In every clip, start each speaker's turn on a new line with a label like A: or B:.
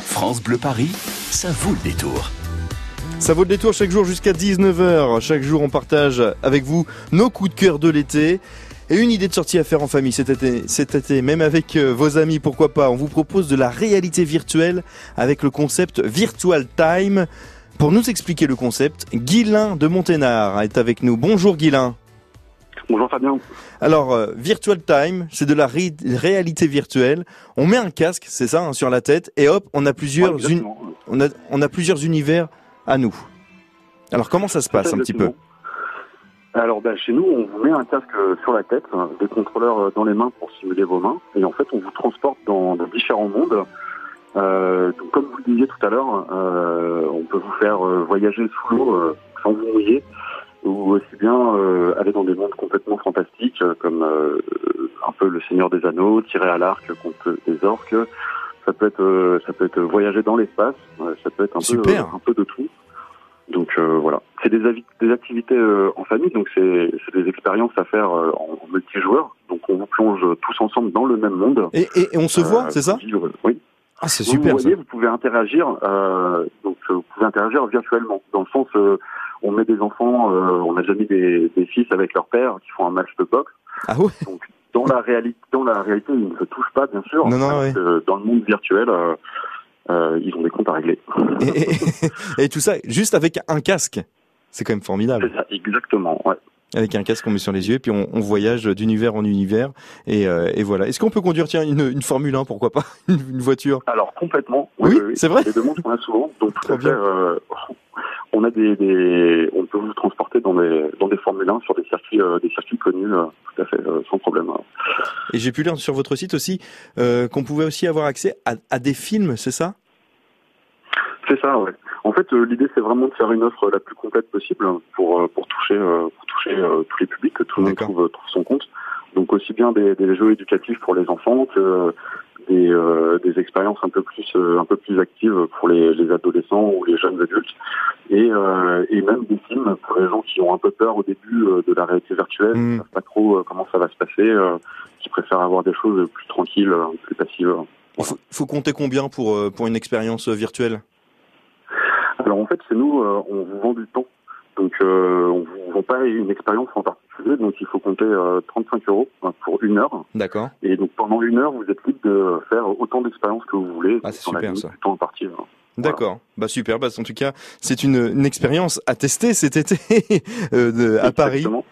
A: France Bleu Paris, ça vaut le détour.
B: Ça vaut le détour chaque jour jusqu'à 19h. Chaque jour, on partage avec vous nos coups de cœur de l'été. Et une idée de sortie à faire en famille cet été, cet été, même avec euh, vos amis, pourquoi pas. On vous propose de la réalité virtuelle avec le concept Virtual Time. Pour nous expliquer le concept, Guilain de Monténard est avec nous. Bonjour Guilain.
C: Bonjour Fabien.
B: Alors, euh, Virtual Time, c'est de la ré- réalité virtuelle. On met un casque, c'est ça, hein, sur la tête, et hop, on a plusieurs,
C: Ouais,
B: uni-
C: exactement.
B: on a, on a plusieurs univers à nous. Alors, comment ça se passe un petit peu
C: Exactement. Alors bah, chez nous, on vous met un casque euh, sur la tête, euh, des contrôleurs euh, dans les mains pour simuler vos mains, et en fait on vous transporte dans de différents mondes. Euh, donc, comme vous le disiez tout à l'heure, euh, on peut vous faire euh, voyager sous l'eau euh, sans vous mouiller, ou aussi bien euh, aller dans des mondes complètement fantastiques, euh, comme euh, un peu le Seigneur des Anneaux, tirer à l'arc contre des orques. Ça peut être, euh, ça peut être voyager dans l'espace, euh, ça peut être un, Peu,
B: Super.
C: euh, un peu de tout. Donc euh, voilà, c'est des, avi- des activités euh, en famille, donc c'est c'est des expériences à faire euh, en, en multijoueur. Donc on vous plonge tous ensemble dans le même monde.
B: et, et- et on se
C: Euh,
B: voit, c'est ça
C: pour vivre- Oui.
B: Ah, c'est
C: Vous
B: super ça.
C: voyez, vous pouvez interagir, euh, donc euh, vous pouvez interagir virtuellement. Dans le sens, euh, on met des enfants, euh, on a déjà mis des, des fils avec leur père qui font un match de boxe.
B: Ah ouais
C: Donc dans la réalité, dans la réalité, ils ne se touchent pas, bien sûr.
B: Non, non,
C: Alors
B: ouais.
C: que dans le monde virtuel, euh, euh, ils ont des comptes à régler.
B: et, et- et tout ça juste avec un casque. C'est quand même formidable.
C: C'est ça, exactement. Ouais.
B: Avec un casque qu'on met sur les yeux, et puis on, on voyage d'univers en univers. Et, euh, et voilà. Est-ce qu'on peut conduire tiens, une, une Formule 1, pourquoi pas une, une voiture
C: Alors complètement.
B: Oui, c'est vrai.
C: Les demandes qu'on a souvent, donc tout
B: Trop
C: à fait,
B: bien.
C: euh, on a des, des- on peut vous transporter dans des dans des Formule 1 sur des circuits euh, des circuits connus, euh, tout à fait euh, sans problème.
B: Et j'ai pu lire sur votre site aussi euh, qu'on pouvait aussi avoir accès à, à des films, c'est ça
C: C'est ça. Ouais. En fait, euh, l'idée c'est vraiment de faire une offre la plus complète possible hein, pour euh, pour toucher euh, pour toucher euh, tous les publics, que tout le monde
B: D'accord.
C: trouve, trouve son compte. Donc aussi bien des, des jeux éducatifs pour les enfants que euh, des, euh, des expériences un peu plus euh, un peu plus actives pour les, les adolescents ou les jeunes adultes et, euh, et même des films pour les gens qui ont un peu peur au début euh, de la réalité virtuelle,
B: Mm.
C: qui savent pas trop euh, comment ça va se passer, euh, qui préfèrent avoir des choses plus tranquilles, euh, plus passives.
B: Il faut, faut compter combien pour, euh, pour une expérience euh, virtuelle
C: Alors en fait, chez nous, euh, on vous vend du temps. Donc euh, on vous vend pas une expérience en particulier, donc il faut compter euh, 35 euros hein, pour une heure.
B: D'accord.
C: Et donc pendant une heure, vous êtes libre de faire autant d'expériences que vous voulez.
B: Ah, c'est
C: Dans la
B: super,
C: limite
B: ça.
C: du temps imparti, hein.
B: D'accord. Bah super. Bah, en tout cas, c'est une, une expérience à tester cet été euh, de- à Paris.
C: Exactement.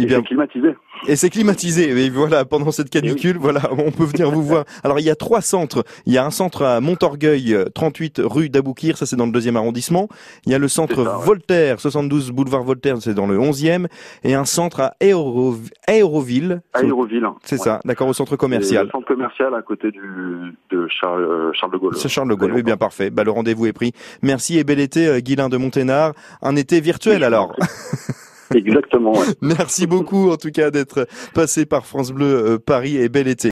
B: Eh
C: Et
B: bien,
C: c'est climatisé.
B: Et c'est climatisé. Et voilà, pendant cette canicule, voilà, on peut venir vous voir. Alors, il y a trois centres. Il y a un centre à Montorgueil, euh, 38 rue d'Aboukir, ça c'est dans le deuxième arrondissement. Il y a le centre
C: C'est ça, ouais.
B: Voltaire, 72 boulevard Voltaire, c'est dans le 11e. Et un centre à Aéro- Aéroville.
C: Aéroville.
B: C'est
C: Ouais. Euh,
B: ça, d'accord, au centre
C: Et
B: commercial.
C: Le centre commercial à côté du, de Charles, euh, Charles de Gaulle.
B: C'est Charles de Gaulle. Eh bien, parfait. Bah, le rendez-vous est pris. Merci et bel été, euh, Guilain de Monténard. Un été virtuel, alors.
C: Exactement. ouais.
B: Merci beaucoup, en tout cas, d'être passé par France Bleu euh, Paris et bel été.